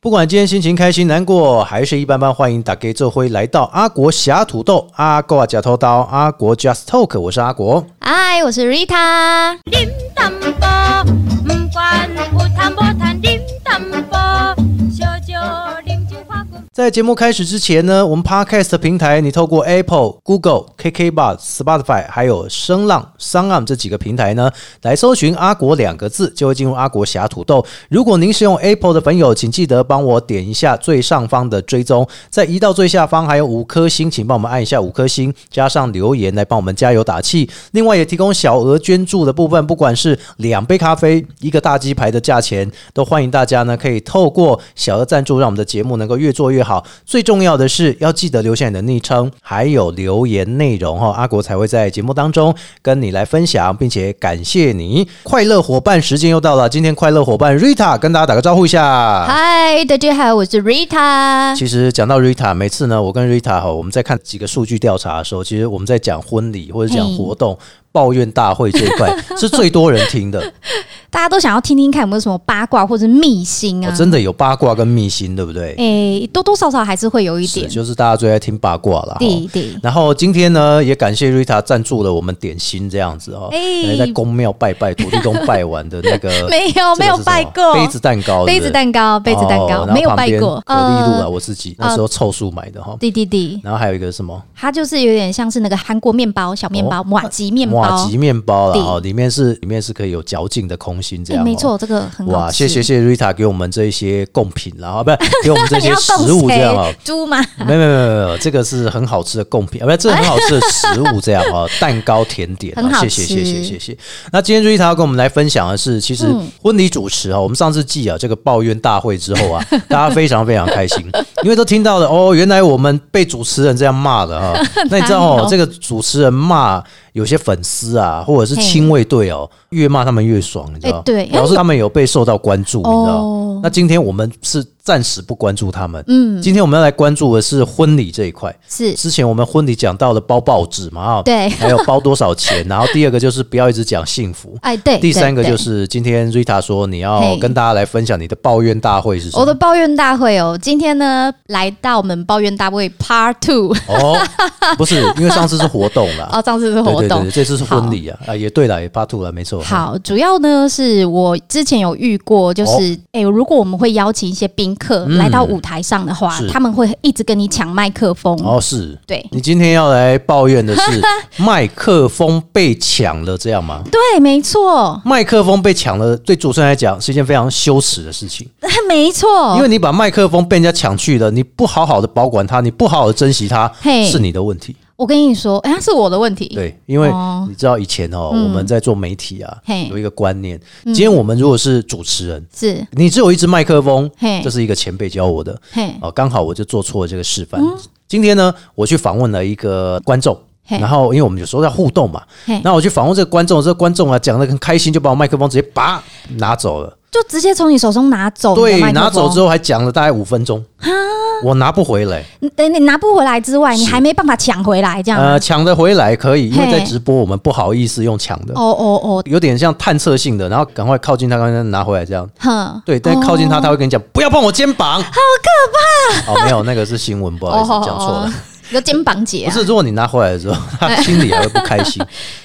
不管今天心情开心、难过还是一般般，欢迎打给这辉来到阿国侠土豆、阿国啊假偷刀、阿国 Just Talk，我是阿国。嗨，我是 Rita。 điểm tâm bò mừng quan u tham bò than điểm tâm bò cho cho điểm chữ hoa cùng 在节目开始之前呢，我们 Podcast 的平台，你透过 Apple、Google、KKBox、Spotify 还有声浪、商岸这几个平台呢，来搜寻“阿国”两个字，就会进入阿国侠土豆。如果您是用 Apple 的朋友，请记得帮我点一下最上方的追踪，再移到最下方还有五颗星，请帮我们按一下五颗星，加上留言来帮我们加油打气。另外也提供小额捐助的部分，不管是两杯咖啡、一个大鸡排的价钱，都欢迎大家呢可以透过小额赞助，让我们的节目能够越做越好。最重要的是要记得留下你的昵称，还有留言内容哈、哦，阿国才会在节目当中跟你来分享，并且感谢你。快乐伙伴时间又到了，今天快乐伙伴 Rita 跟大家打个招呼一下。嗨，大家好，我是 Rita。其实讲到 Rita，每次呢，我跟 Rita 哈，我们在看几个数据调查的时候，其实我们在讲婚礼或者讲嘿活动、抱怨大会这一 块是最多人听的。大家都想要听听看有没有什么八卦或者秘辛我、啊？哦真的有八卦跟秘辛，对不对？诶、多多少少还是会有一是，点。就是大家最爱听八卦了。对哈对，然后今天呢，也感谢 Rita 赞助了我们点心这样子哦，哎，在公庙拜拜、土地公拜完的那个 没呃这有个没有是什么拜过杯子哦蛋糕，杯子蛋糕，杯子蛋哦糕、没有拜过。呃嗯可丽露啊，，我自己那时候凑数买的哈。对对对，然后还有一个什么它就是有点像是那个韩国面包小面包、哦马吉面马包吉。面包啦，对哦，里面是里面是可以有嚼劲的空心这诶样、哦没错，这个很好哇，吃。谢谢谢谢 Rita 给我们这一些贡品啦， 啊，不是给我们这那你些要食物供这样啊、谁？猪吗？ 没有没有没有没有，这个是很好吃的贡品，啊，不是，这个很好吃的食物，这样 哦，蛋糕、甜点，很啊，好谢谢谢吃谢谢谢。那今天瑞塔要跟我们来分享的是，其实嗯婚礼主持啊，我们上次记啊这个抱怨大会之后 啊，大家非常非常开心，因为都听到了哦，原来我们被主持人这样骂的 哈。那你知道哦哪，有这个主持人骂有些粉丝啊，或者是嘿亲卫队哦，越骂他们越爽，你知道哎对表示他们有被受到关注，你知道。哦那今天我们是暂时不关注他们，嗯，今天我们要来关注的是婚礼这一块。是之前我们婚礼讲到了包报纸嘛，啊，对还有包多少钱，然后第二个就是不要一直讲幸福，哎，对。第三个对就对是今天 Rita 说你要嘿跟大家来分享你的抱怨大会是什我的么？抱怨大会哦，今天呢来到我们抱怨大会 Part Two 哦，不是，因为上次是活动啦，哦，上次是对活对对动对，。这次是婚礼啊，啊也对啦，也 part two 了，没错。好，主要呢是我之前有遇过，就哦是哎、如果我们会邀请一些宾客嗯来到舞台上的话，是他们会一直跟你抢麦克风。哦，是对你今天要来抱怨的 是麦克风被抢了，这样吗？对，没错， 麦克风被抢了，对主持人来讲是一件非常羞耻的事情。没错，因为你把麦克风被人家抢去了，你不好好的保管它，你不好好的珍惜它，嘿是你的问题。我跟你说，哎、那是我的问题。对，因为哦你知道以前哦，我们在做媒体啊，嘿嗯有一个观念，今天我们如果是主持人，是，你只有一支麦克风嘿，这是一个前辈教我的嘿，哦，刚好我就做错了这个示范。今天呢，我去访问了一个观众。嗯嘿然后，因为我们有时候要互动嘛嘿，那我去访问这个观众，这个观众啊讲的很开心，就把我麦克风直接拔拿走了。就直接从你手中拿走。对，拿走之后，后还讲了大概五分钟，我拿不回来。你等哎你拿不回来之外，你是还没办法抢回来，这样吗。啊呃，抢得回来可以，因为嘿在直播我们不好意思用抢的，哦哦哦，有点像探测性的，然后赶快靠近他，赶快拿回来这样。哼，对，但靠近他，哦他会跟你讲不要碰我肩膀，好可怕。哦，没有，那个是新闻，不好意思，哦讲错了。，有肩膀姐不啊，是，如果你拿回来的时候，他心里还会不开心。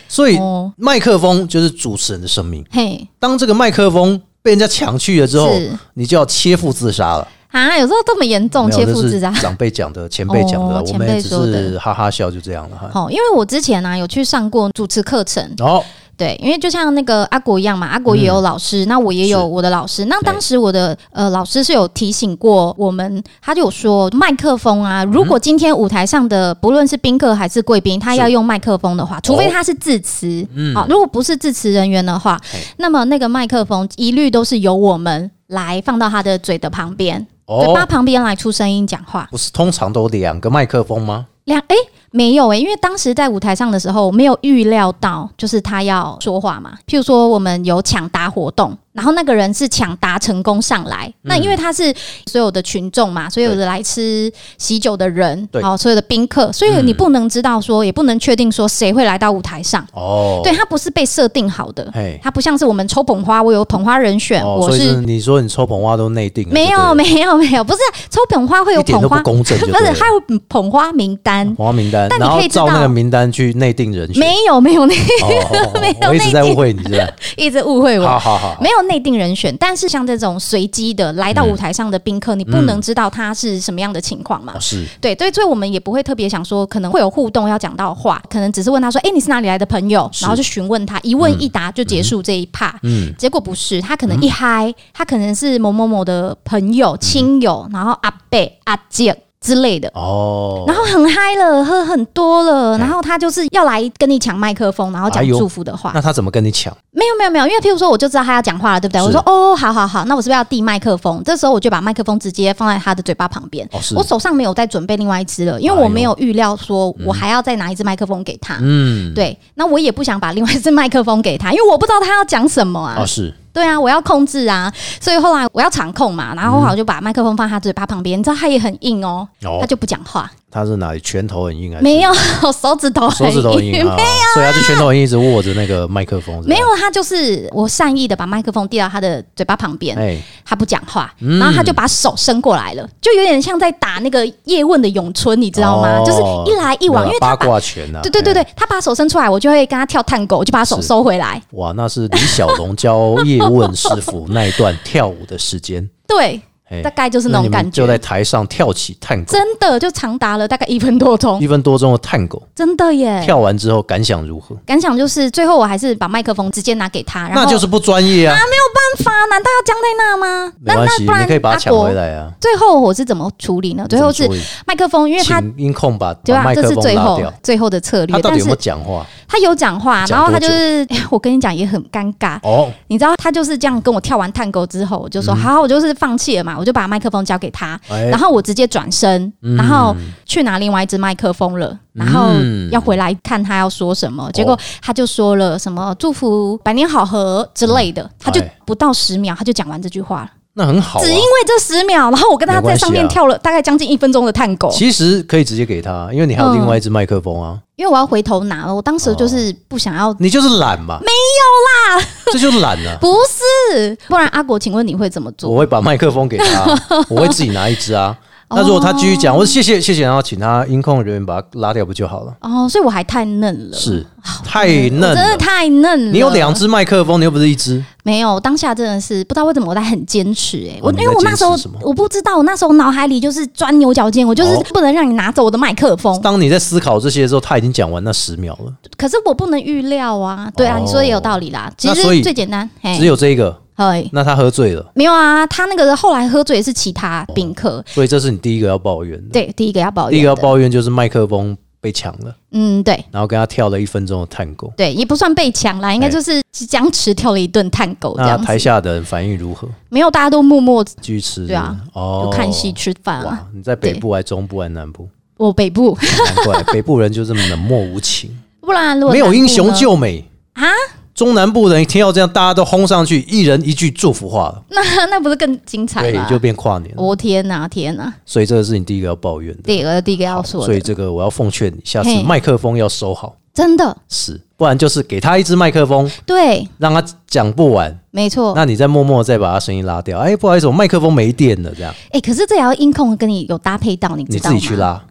所以哦麦克风就是主持人的生命。嘿当这个麦克风被人家抢去了之后是，你就要切腹自杀了。啊，有时候这么严重，没有切腹这是啊自杀。长辈讲 的，前辈讲的啦，哦我前们辈也只说的是哈哈笑，就这样了 哈。哦哦，因为我之前呢、有去上过主持课程，然后对，因为就像那个阿国一样嘛，阿国也有老师，那我嗯也是有我的老师。那当时我的呃老师是有提醒过我们，他就有说麦克风啊，嗯如果今天舞台上的不论是宾客还是贵宾，他是要用麦克风的哦话，除非他是致辞，好、如果不是致辞人员的话嗯嘿，那么那个麦克风一律都是由我们来放到他的嘴的旁边，嘴哦巴，旁边来出声音讲话。不是通常都两个麦克风吗？两哎、没有诶、因为当时在舞台上的时候，我没有预料到就是他要说话嘛。譬如说，我们有抢答活动，然后那个人是抢答成功上来，嗯那因为他是所有的群众嘛，所有的来吃喜酒的人，对好、所有的宾客，所以嗯你不能知道说，也不能确定说谁会来到舞台上。哦，对，，它不是被设定好的嘿，它不像是我们抽捧花，我有捧花人选，哦，我所以是是你说你抽捧花都内定了，没就对有了没有没有，不是抽捧花会有一点捧都花，不公正就对不是了，哦还有捧花名单，捧花名单，但你然后可以知照那道个名单去内定人选，没有没有，那哦， 哦哦我一直在误会你，是吧？一直误会我，好好好，没有内定人选，但是像这种随机的来到舞台上的宾客，你不能知道他是什么样的情况嘛嗯哦。是对对，所以我们也不会特别想说可能会有互动要讲到话，可能只是问他说：“哎、你是哪里来的朋友？”是然后就询问他，一问一答就结束这一趴。嗯结果不是，他可能一嗨、他可能是某某某的朋友、亲友，然后阿贝、阿姐之类的。嗯哦，然后很嗨了，喝很多了，哎然后他就是要来跟你抢麦克风，然后哎讲呦祝福的话。那他怎么跟你抢？没有没有没有，因为譬如说，我就知道他要讲话了，对不对？是我说哦，好好好，那我是不是要递麦克风？这时候我就把麦克风直接放在他的嘴巴旁边。哦，是我手上没有再准备另外一支了，因哎为呦我没有预料说我还要再拿一支麦克风给他。嗯，对，那我也不想把另外一支麦克风给他，因为我不知道他要讲什么啊。哦是对啊，我要控制啊，所以后来我要场控嗯嘛，然后后来我就把麦克风放他嘴巴旁边，你知道他也很硬哦，哦他，就不讲话，他是哪里拳头很硬还是啊没有 手指头手很指头很硬啊？所以他就拳头很硬，一直握着那个麦克风，是吧 没有，他就是我善意的把麦克风递到他的嘴巴旁边，哎，他不讲话，嗯然后他就把手伸过来了，就有点像在打那个叶问的咏春，你知道吗？哦就是一来一往，那因为八他把。卦拳啊呐，对对对对，他把手伸出来，我就会跟他跳探戈，我就把手是收回来。哇，那是李小龙教叶问师傅那一段跳舞的时间， 对，哎大，概就是那那你种们感就在觉。台上跳起探戈，真的就长达了大概一分多钟，一分多钟的探戈，真的耶！跳完之后感想如何？感想就是，最后我还是把麦克风直接拿给他，然后那就是不专业啊，办法，难道要僵在那吗？没那关系，那不然你可以把它阿抢国回来啊。最后我是怎么处理呢？最后是你怎么麦克风，因为处他理请音控把对把吧？麦这克是风最拉后掉。最后的策他略，到底但有是没有讲话？他有讲话，讲然后他多久就是， 我跟你讲也很尴尬。哦，你知道他就是这样跟我跳完探戈之后，我就说、好，我就是放弃了嘛，我就把麦克风交给他，嗯哎然后我直接转身，然后去拿另外一支麦克风了，然后嗯哦要回来看他要说什么，结果他就说了什么祝福百年好合之类的，他就哎不到十秒他就讲完这句话了，那很好啊只。因为这十秒，然后我跟他没关在系啊上面跳了大概将近一分钟的探戈，其实可以直接给他，因为你嗯还有另外一只麦克风啊，因为我要回头拿了，我当时就是不想要。你就是懒嘛。没有啦，这就是懒啊。不是，不然阿国，请问你会怎么做我？会把麦克风给他， 我会自己拿一支啊。哦那如果他继续讲，我说谢谢谢谢，然后请他音控人员把他拉掉不就好了？哦，所以我还太嫩了，是太嫩嗯我真的了。太嫩了。你有两？只麦克风，你又不是一只，没有，当下真的是不知道为什么我在很坚持哎、哦我你因在为我那时候坚持什么我不知道，我那时候脑海里就是钻牛角尖，我就是哦不能让你拿走我的麦克风，当你在思考这些的时候，他已经讲完那十秒了，可是我不能预料啊。对啊，哦你说也有道理啦。其那所以实最简单，哎只，有这一个，哎，那他喝醉了，没有啊，他那个后来喝醉也是其他宾客。所以这是你第一个要抱怨的。对，第一个要抱第怨，一个要，抱怨就是麦克风被抢了，嗯，对。然后跟他跳了一分钟的探戈，对，也不算被抢啦，应该就是僵持跳了一顿探戈这那样子台，下的人反应如何？没有大家都默默就继续吃？对啊，哦，看戏。吃饭啊。哇，你在北部还中部还南部？我北部， 难怪北部人就这么冷漠无情，不然如果没有南部英雄呢救美啊！中南部人一听到这样，大家都轰上去，一人一句祝福话了，那 那不是更精彩对，吗？就变跨年了。我天哪、天哪、所以这个是你第一个要抱怨的。第一个第一个要说所以的，这个我要奉劝你，下次嘿麦克风要收好，真的是，不然就是给他一支麦克风，对，让他讲不完，没错。那你再默默再把他声音拉掉。哎，不好意思，我麦克风没电了，这样哎、可是这也要音控跟你有搭配到，你你知道自吗？啊己去拉。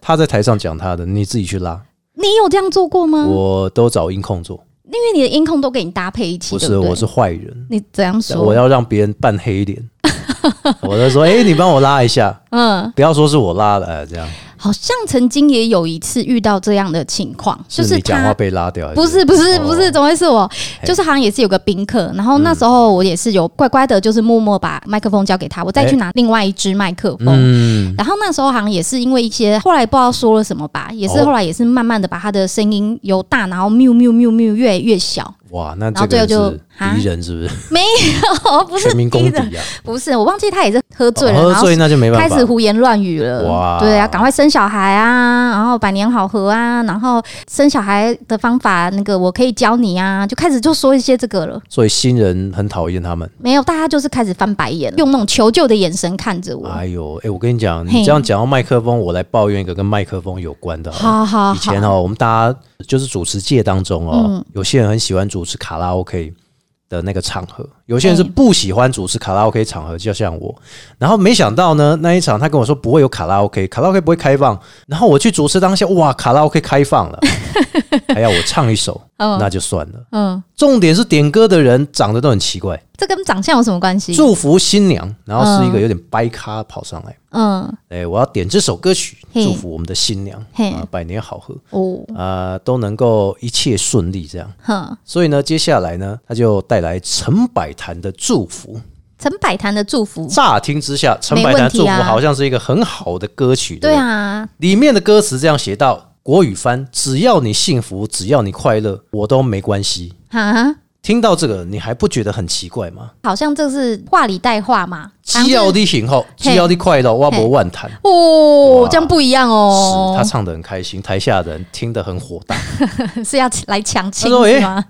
他在台上讲他的，你自己去拉。你有这样做过吗？我都找音控做，因为你的音控都给你搭配一起，不对是，对我是坏人，你怎样说？我要让别人扮黑 脸。我就说，哎，你帮我拉一下，嗯，不要说是我拉的，哎，这样好像曾经也有一次遇到这样的情况，就是你讲话他。被拉掉，还不是不是哦不是，怎么会是我？嘿嗯就是好像也是有个宾客，然后那时候我也是有乖乖的，就是默默把麦克风交给他，我再去哎拿另外一支麦克风。嗯，然后那时候好像也是因为一些，后来不知道说了什么吧，也是哦 后来也是慢慢的把他的声音由大，然后 miu miu miu miu 越来越小，哇，那然后这个最后是就啊敌人是不是？哦，不是全民逼公的，敌啊！不是，我忘记他也是喝醉哦了，然喝后醉那就没办开法始。胡言乱语了。哇对啊，赶快生小孩啊，然后百年好合啊，然后生小孩的方法那个我可以教你啊，就开始就说一些这个了。所以新人很讨厌他们。没有，大家就是开始翻白眼，用那种求救的眼神看着我。哎呦，哎、我跟你讲，嘿你这样讲到麦克风，我来抱怨一个跟麦克风有关的。好好以前啊好，嗯哦，我们大家就是主持界当中哦，有些人很喜欢主持卡拉 OK 的那个场合，有些人是对不喜欢主持卡拉 OK 场合，就像我。然后没想到呢，那一场他跟我说不会有卡拉 OK，卡拉 OK 不会开放。然后我去主持当下，哇，卡拉 OK 开放 了，还要我唱一首，嗯那就算了。嗯，重点是点歌的人长得都很奇怪，这跟长相有什么关系？祝福新娘，然后是一个有点掰咖跑上来。嗯，哎、我要点这首歌曲，嘿祝福我们的新娘嘿啊、百年好合，哦，啊，都能够一切顺利这样。哼，所以呢，接下来呢，他就带来陈百潭的祝福。陈百坛的祝福。乍听之下，陈百潭祝嗯没问福题啊好像是一个很好的歌曲，对不，啊，里面的歌词这样写到：国语翻，只要你幸福，只要你快乐，我都没关系。哈，听到这个，你还不觉得很奇怪吗？啊好像这是话里带话嘛。只要你幸福，嘿只要你快乐，我不万谈。哦哇，这样不一样是哦他，唱得很开心，台下的人听得很火大。是要来抢亲他说是吗？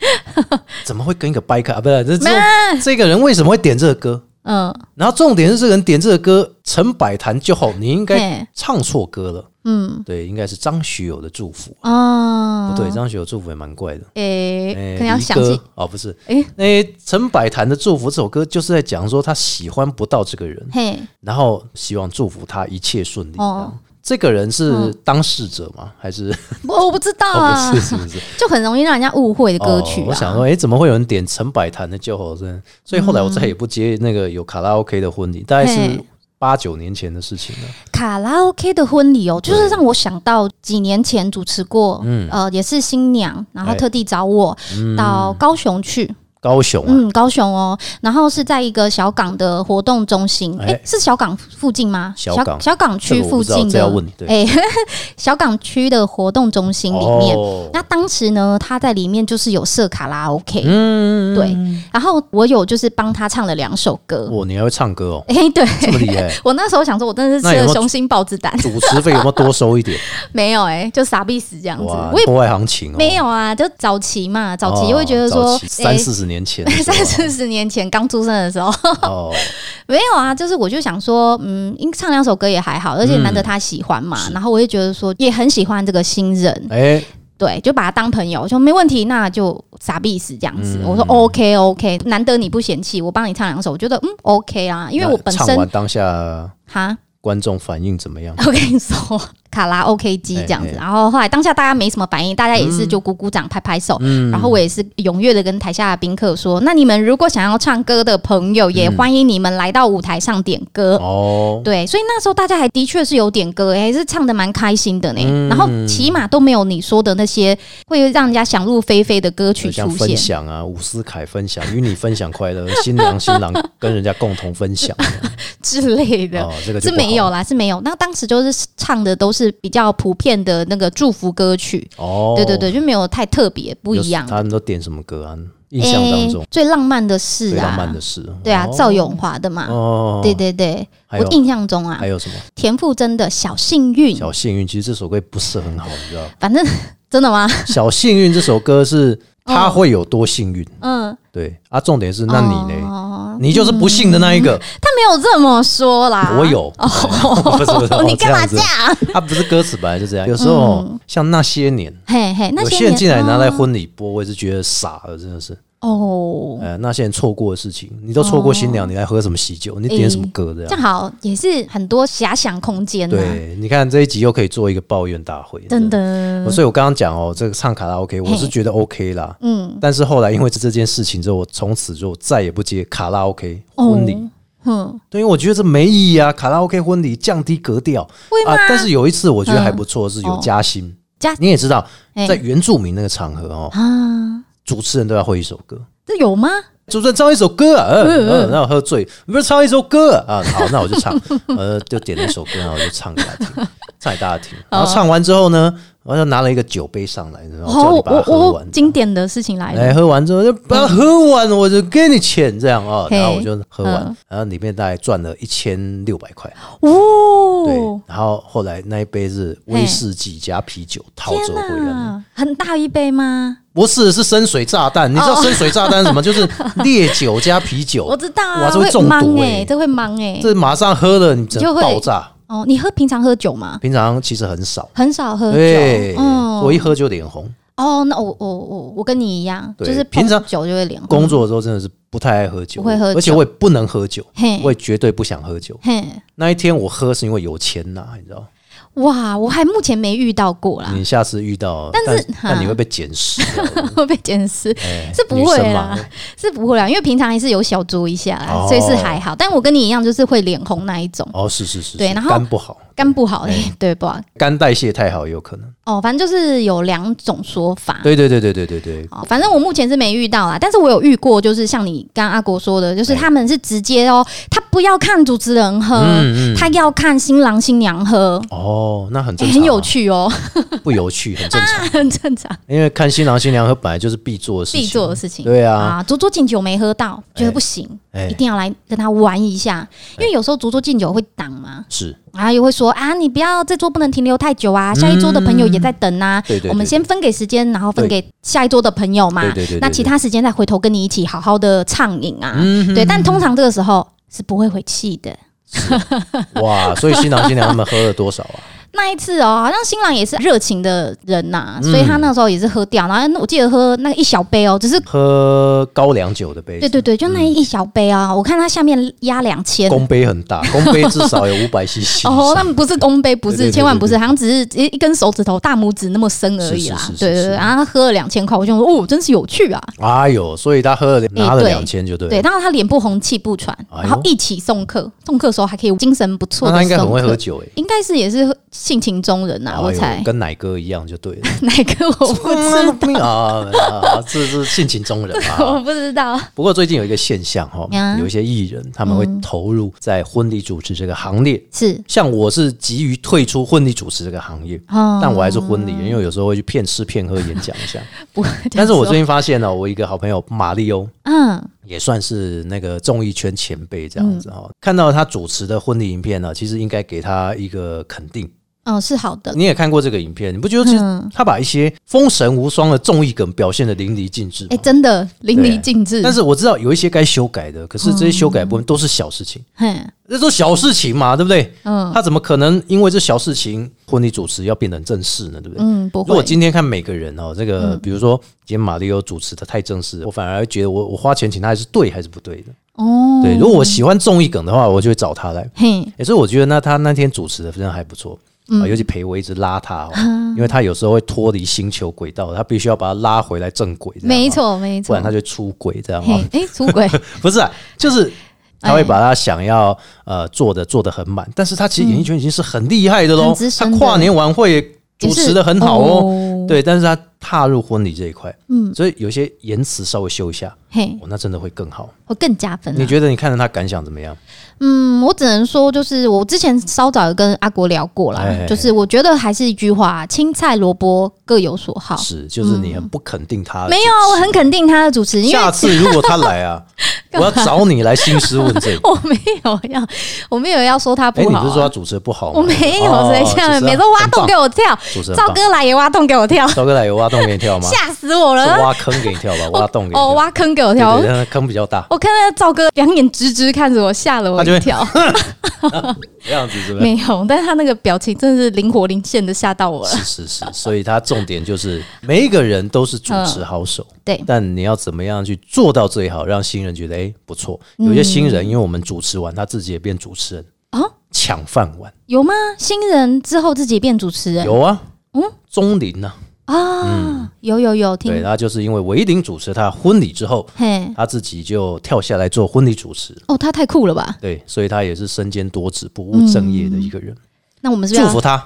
怎么会跟一个掰咖啊？不是，这没这这个人为什么会点这个歌？嗯，然后重点是这个人点这个歌，陈百潭就好，你应该嘿唱错歌了。嗯，对，应该是张学友的祝福。啊哦，不对，，张学友祝福也蛮怪的。诶、诶可能要离详细歌哦，不是，诶那陈百潭的祝福这首歌就是在讲说他喜欢不到这个人，嘿，然后希望祝福他一切顺利。哦这个人是当事者吗？还是我我不知道 哦啊，不是？是不是？就很容易让人家误会的 歌曲、哦。啊我想说，哎、怎么会有人点陈百潭的《旧好声》？所以后来我再也不接那个有卡拉 OK 的婚礼，大概是嗯嘿八九年前的事情了。卡拉 OK 的婚礼哦，就是让我想到几年前主持过，呃，也是新娘，然嗯后哎嗯特地找我到高雄去，高雄啊，嗯，高雄哦，然后是在一个小港的活动中心，哎哎、是小港附近吗？小港小港这区个我不附知道近这要的，问你对哎、 小港区的活动中心里面，哦那当时呢，他在里面就是有设卡拉 OK，、嗯，对，然后我有就是帮他唱了两首歌，哇，你还会唱歌哦，哎、对， 这么厉害！我那时候想说，我真的是那吃有了没有雄心豹子胆， 主持费有没有多收一点？没有哎、就傻逼死这样子，哇，我也破坏行情哦。没有啊，就早期嘛，早期就会觉得哦说早哎期，三四十年 前的时候三啊，四十年前刚出生的时候，哦，没有啊，就是我就想说，嗯，因唱两首歌也还好，而且难得他喜欢嘛，嗯然后我也觉得说也很喜欢这个新人，哎，对，就把他当朋友，我说没问题，那就嗯傻逼死这样子。嗯我说 OK OK，难得你不嫌弃，我帮你唱两首，我觉得嗯 OK 啊，因为我那本唱身完当下哈。 观众反应怎么样？我跟你说，卡拉 OK 机这样子，哎哎然后后来当下大家没什么反应，大家也是就鼓鼓掌、拍拍手，嗯然后我也是踊跃的跟台下的宾客说：“那你们如果想要唱歌的朋友，嗯也欢迎你们来到舞台上点歌。哦，对，所以那时候大家还的确是有点歌，还是唱的蛮开心的呢。嗯然后起码都没有你说的那些会让人家想入非非的歌曲就像出呃分现。享啊，伍思凯分享，与你分享快乐，新娘新郎跟人家共同分 享 之类的。哦，这个就是不好没有啦，是没有。那当时就是唱的都是比较普遍的那个祝福歌曲，哦，对对对，就没有太特别不一样有。他们都点什么歌啊？印象当中诶最浪漫的事最浪啊，漫的事，对啊，哦赵咏华的嘛，哦，对，对对，还我有印象中啊还，有什么田馥甄的小幸运，小幸运？其实这首歌不是很好，你知道，反正 真的吗？小幸运这首歌是他会有多幸运？嗯，对啊，重点是那你呢？哦，你就是不幸的那一个，他没有这么说啦，我有， 不是不是啊哦，你干嘛这这样子？样？啊，不是歌词本来就这样，有时候像那些年。嘿嘿，那有些些人年进来拿来哦婚礼播，我也是觉得傻了，真的是。哦，呃，那些人错过的事情，你都错过新娘，你还喝什么喜酒？你点什么歌这正样？好也是很多遐想空间呐，对，你看这一集又可以做一个抱怨大会，真的。我。所以我刚刚讲哦，这个唱卡拉 OK，我是觉得 OK 啦。嗯，但是后来因为这件事情之后，我从此就再也不接卡拉 OK 哦婚礼。嗯，对，因为我觉得这没意义啊！卡拉 OK 婚礼降低格调啊，但是有一次我觉得还不错，是有嘉欣。嗯哦嘉你也知道，哎在原住民那个场合哦，啊，主持人都要会一首歌。这有吗？主持人唱一首歌啊，嗯嗯，然后我喝醉，你不是唱一首歌啊？啊好，那我就唱，呃，就点了一首歌，然后我就唱给他听，唱给大家听。然后唱完之后呢，然后就拿了一个酒杯上来，然后哦，叫你把它我喝我完。哎经典的事情来了，来喝完之后就把它喝完，我就给你钱这样啊、嘿然后我就喝完嗯，然后里面大概赚了一千六百块，对哦，，然后后来那一杯是威士忌加啤酒套天着回来的，很大一杯吗？不是是深水炸弹，你知道深水炸弹是什么？就是烈酒加啤哦 酒，我知道啊，哇这会会中毒忙欸欸这会忙哎。这马上喝了你整就个会爆炸。哦，你喝平常喝酒吗？平常其实很少，很少喝酒对，，嗯我一喝就脸红。哦，那我我我我跟你一样，对就是碰平常酒就会脸红工，作的时候真的是不太爱喝酒，不会喝酒而且我也不能喝酒，嘿我也绝对不想喝酒。嘿，那一天我喝是因为有钱拿、你知道？哇，我还目前没遇到过啦，你下次遇到，但但是哈但你会被捡拾掉 的。会被检视。嗯哎是不会女生啦嘛，是不会啦，因为平常还是有小酌一下啦，哦所以是还好。但我跟你一样，就是会脸红那一种，哦，是是是，对是然后肝不好，肝不好、哎 对吧？肝代谢太好也有可能。哦，反正就是有两种说法。对对对对对对对，哦，反正我目前是没遇到啦，但是我有遇过，就是像你刚刚阿国说的，就是哎他们是直接哦，他不要看主持人喝，嗯嗯他要看新郎新娘喝，哦，那很哎正常、很有，趣啊哦， 不有趣很正常，很正常，因为看新郎新娘喝本来就是必做的事情，必做的事情。对啊，啊，足足敬酒没喝到，觉得不行，哎一定要来跟他玩一下，因为有时候足足敬酒会挡嘛，是，然后又会说啊，你不要这桌不能停留太久啊，下一桌的朋友也在等啊，嗯对对对我们先分给时间，然后分给下一桌的朋友嘛，对对对对嗯那其他时间再回头跟你一起好好的畅饮啊，对，但通常这个时候是不会回气的。哇，所以新郎新娘他们喝了多少 啊？那一次哦，好像新郎也是热情的人呐、嗯所以他那时候也是喝掉，然后我记得喝那个一小杯哦，只是喝高粱酒的杯子，对对对，就那嗯一小杯啊，我看他下面压两千，公杯很 大，公杯至少有五百 CC。哦，那不是东杯，不对对是，对千万不对是，对好像只是一一根手指头大拇指那么深而已啦是是是。对对是对，然后他喝了两千块，我就说哦，真是有趣啊。哎呦，所以他喝了拿了对两千就对了。对，然后他脸不红气不喘，哎呦然后一起送客，送客的时候还可以精神不错那的他应该很送会喝客，酒哎诶。应该是也是性情中人啊呐，我哎呦猜。跟奶哥一样就对了。 哪个我不知道，道啊，啊这是性情中人 我 啊。不知道。不过最近有一个现象哈、呀有一些艺人他们会投入在婚礼主持这个行列。是，像我是急于退出婚礼主持这个行业，哦但我还是婚礼人，因为有时候会去骗吃骗喝演讲一 下。不会这样但是我说最近发现呢、我一个好朋友马丽欧， 嗯，也算是那个综艺圈前辈这样子哈、看到他主持的婚礼影片呢、其实应该给他一个肯定。哦，是好的，你也看过这个影片，你不觉得其实嗯他把一些风神无双的综艺梗表现的淋漓尽致吗？哎，真的淋漓尽致。但是我知道有一些该修改的，可是嗯这些修改部分都是小事情，嘿，那都小事情嘛，对不对？嗯他怎么可能因为这小事情婚礼主持要变得很正式呢？对不对？嗯，不如果会，今天看每个人哦，这个嗯比如说今天马里奥主持的太正式了，我反而觉得我我花钱请他还是对还是不对的。哦，对，如果我喜欢综艺梗的话，我就会找他来。嘿，诶所以我觉得那他那天主持的真的还不错。嗯啊，尤其裴薇一直拉他、哦，啊因为他有时候会脱离星球轨道，他必须要把他拉回来正轨，这样哦没，错没不错然，他就出轨这样嘿哦。，哎，出轨，不是、啊，就是他会把他想要呃做的做的很满，但是他其实演艺圈已经是很厉害的喽嗯很资，他深的跨年晚会也主持的很好也是哦，哦对，但是他踏入婚礼这一块，嗯所以有些言辞稍微修一下，嘿，哦，那真的会更好。会更加分、啊。你觉得你看着他感想怎么样？嗯，我只能说，就是我之前稍早有跟阿国聊过啦，哎就是我觉得还是一句话，青菜萝卜各有所好。嗯是，就是你很不肯定他的没主有啊，我持很肯定他的主 持，因为。下次如果他来啊，我要找你来兴师问罪 我没有要，我没有要说他哎，不你好、不是说他主持得不好吗？啊我没有哦谁主像、持得每次挖很洞棒给我跳，主持人赵棒，哥来也挖洞给我跳，赵哥来有挖洞给你跳 吗？吓死我是了！挖坑给你跳 吧，挖洞给你哦，跳。挖坑给我对跳。对，那坑比较大，我看到赵哥两眼直直看着我，吓了我他就会一跳。这样子是不是？ 没有，但是他那个表情真的是灵活灵现的吓到我了。是是是，所以他重点就是每一个人都是主持好手，对，但你要怎么样去做到最好，让新人觉得哎不错。嗯有些新人因为我们主持完，他自己也变主持人哦，抢饭碗有吗？新人之后自己变主持人有啊，嗯钟林呐，啊、有有有对，听，他就是因为维林主持他婚礼之后，嘿，他自己就跳下来做婚礼主持。哦，他太酷了吧？对，所以他也是身兼多职、不务正业的一个人，那我们是不祝是 福要他，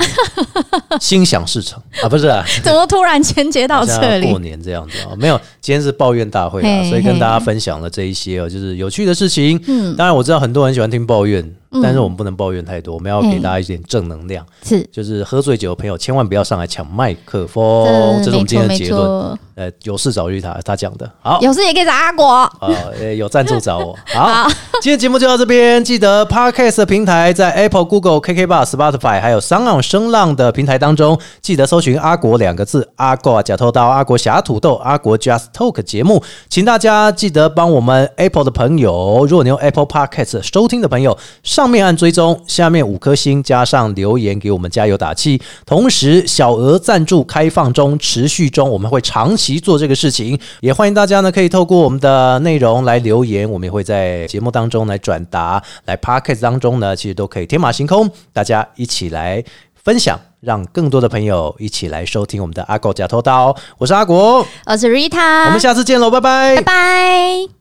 心想事成啊！不是、啊，怎么突然间接到像这里过？年这样子啊、没有，今天是抱怨大会啊，嘿所以跟嘿大家分享了这一些哦，就是有趣的事情。嗯当然我知道很多人喜欢听抱怨，啊嗯但是我们不能抱怨太多，我们要给大家一点正能量。是，就是喝醉酒的朋友千万不要上来抢麦克风，这是我没们今天的错嗯没结论。错，呃，有事找绿塔，他讲的好。有事也可以找阿果。啊、呃有赞助找我。好，今天节目就到这边，记得 Podcast 的平台在 Apple、Google、KK Bar、Spotify 还有商浪声浪的平台当中，记得搜寻“阿国”两个字，阿国假偷刀，阿国侠土豆，阿国 Just Talk 节目，请大家记得帮我们 Apple 的朋友，如果你用 Apple Podcast 收听的朋友，上面按追踪，下面五颗星加上留言给我们加油打气。同时，小额赞助开放中，持续中，我们会长期做这个事情。也欢迎大家呢可以透过我们的内容来留言，我们也会在节目当中来转达，来 p o c k e t 当中呢，其实都可以天马行空，大家一起来分享，让更多的朋友一起来收听我们的阿狗假偷刀。我是阿国，我是 Rita，我们下次见喽，拜拜拜拜。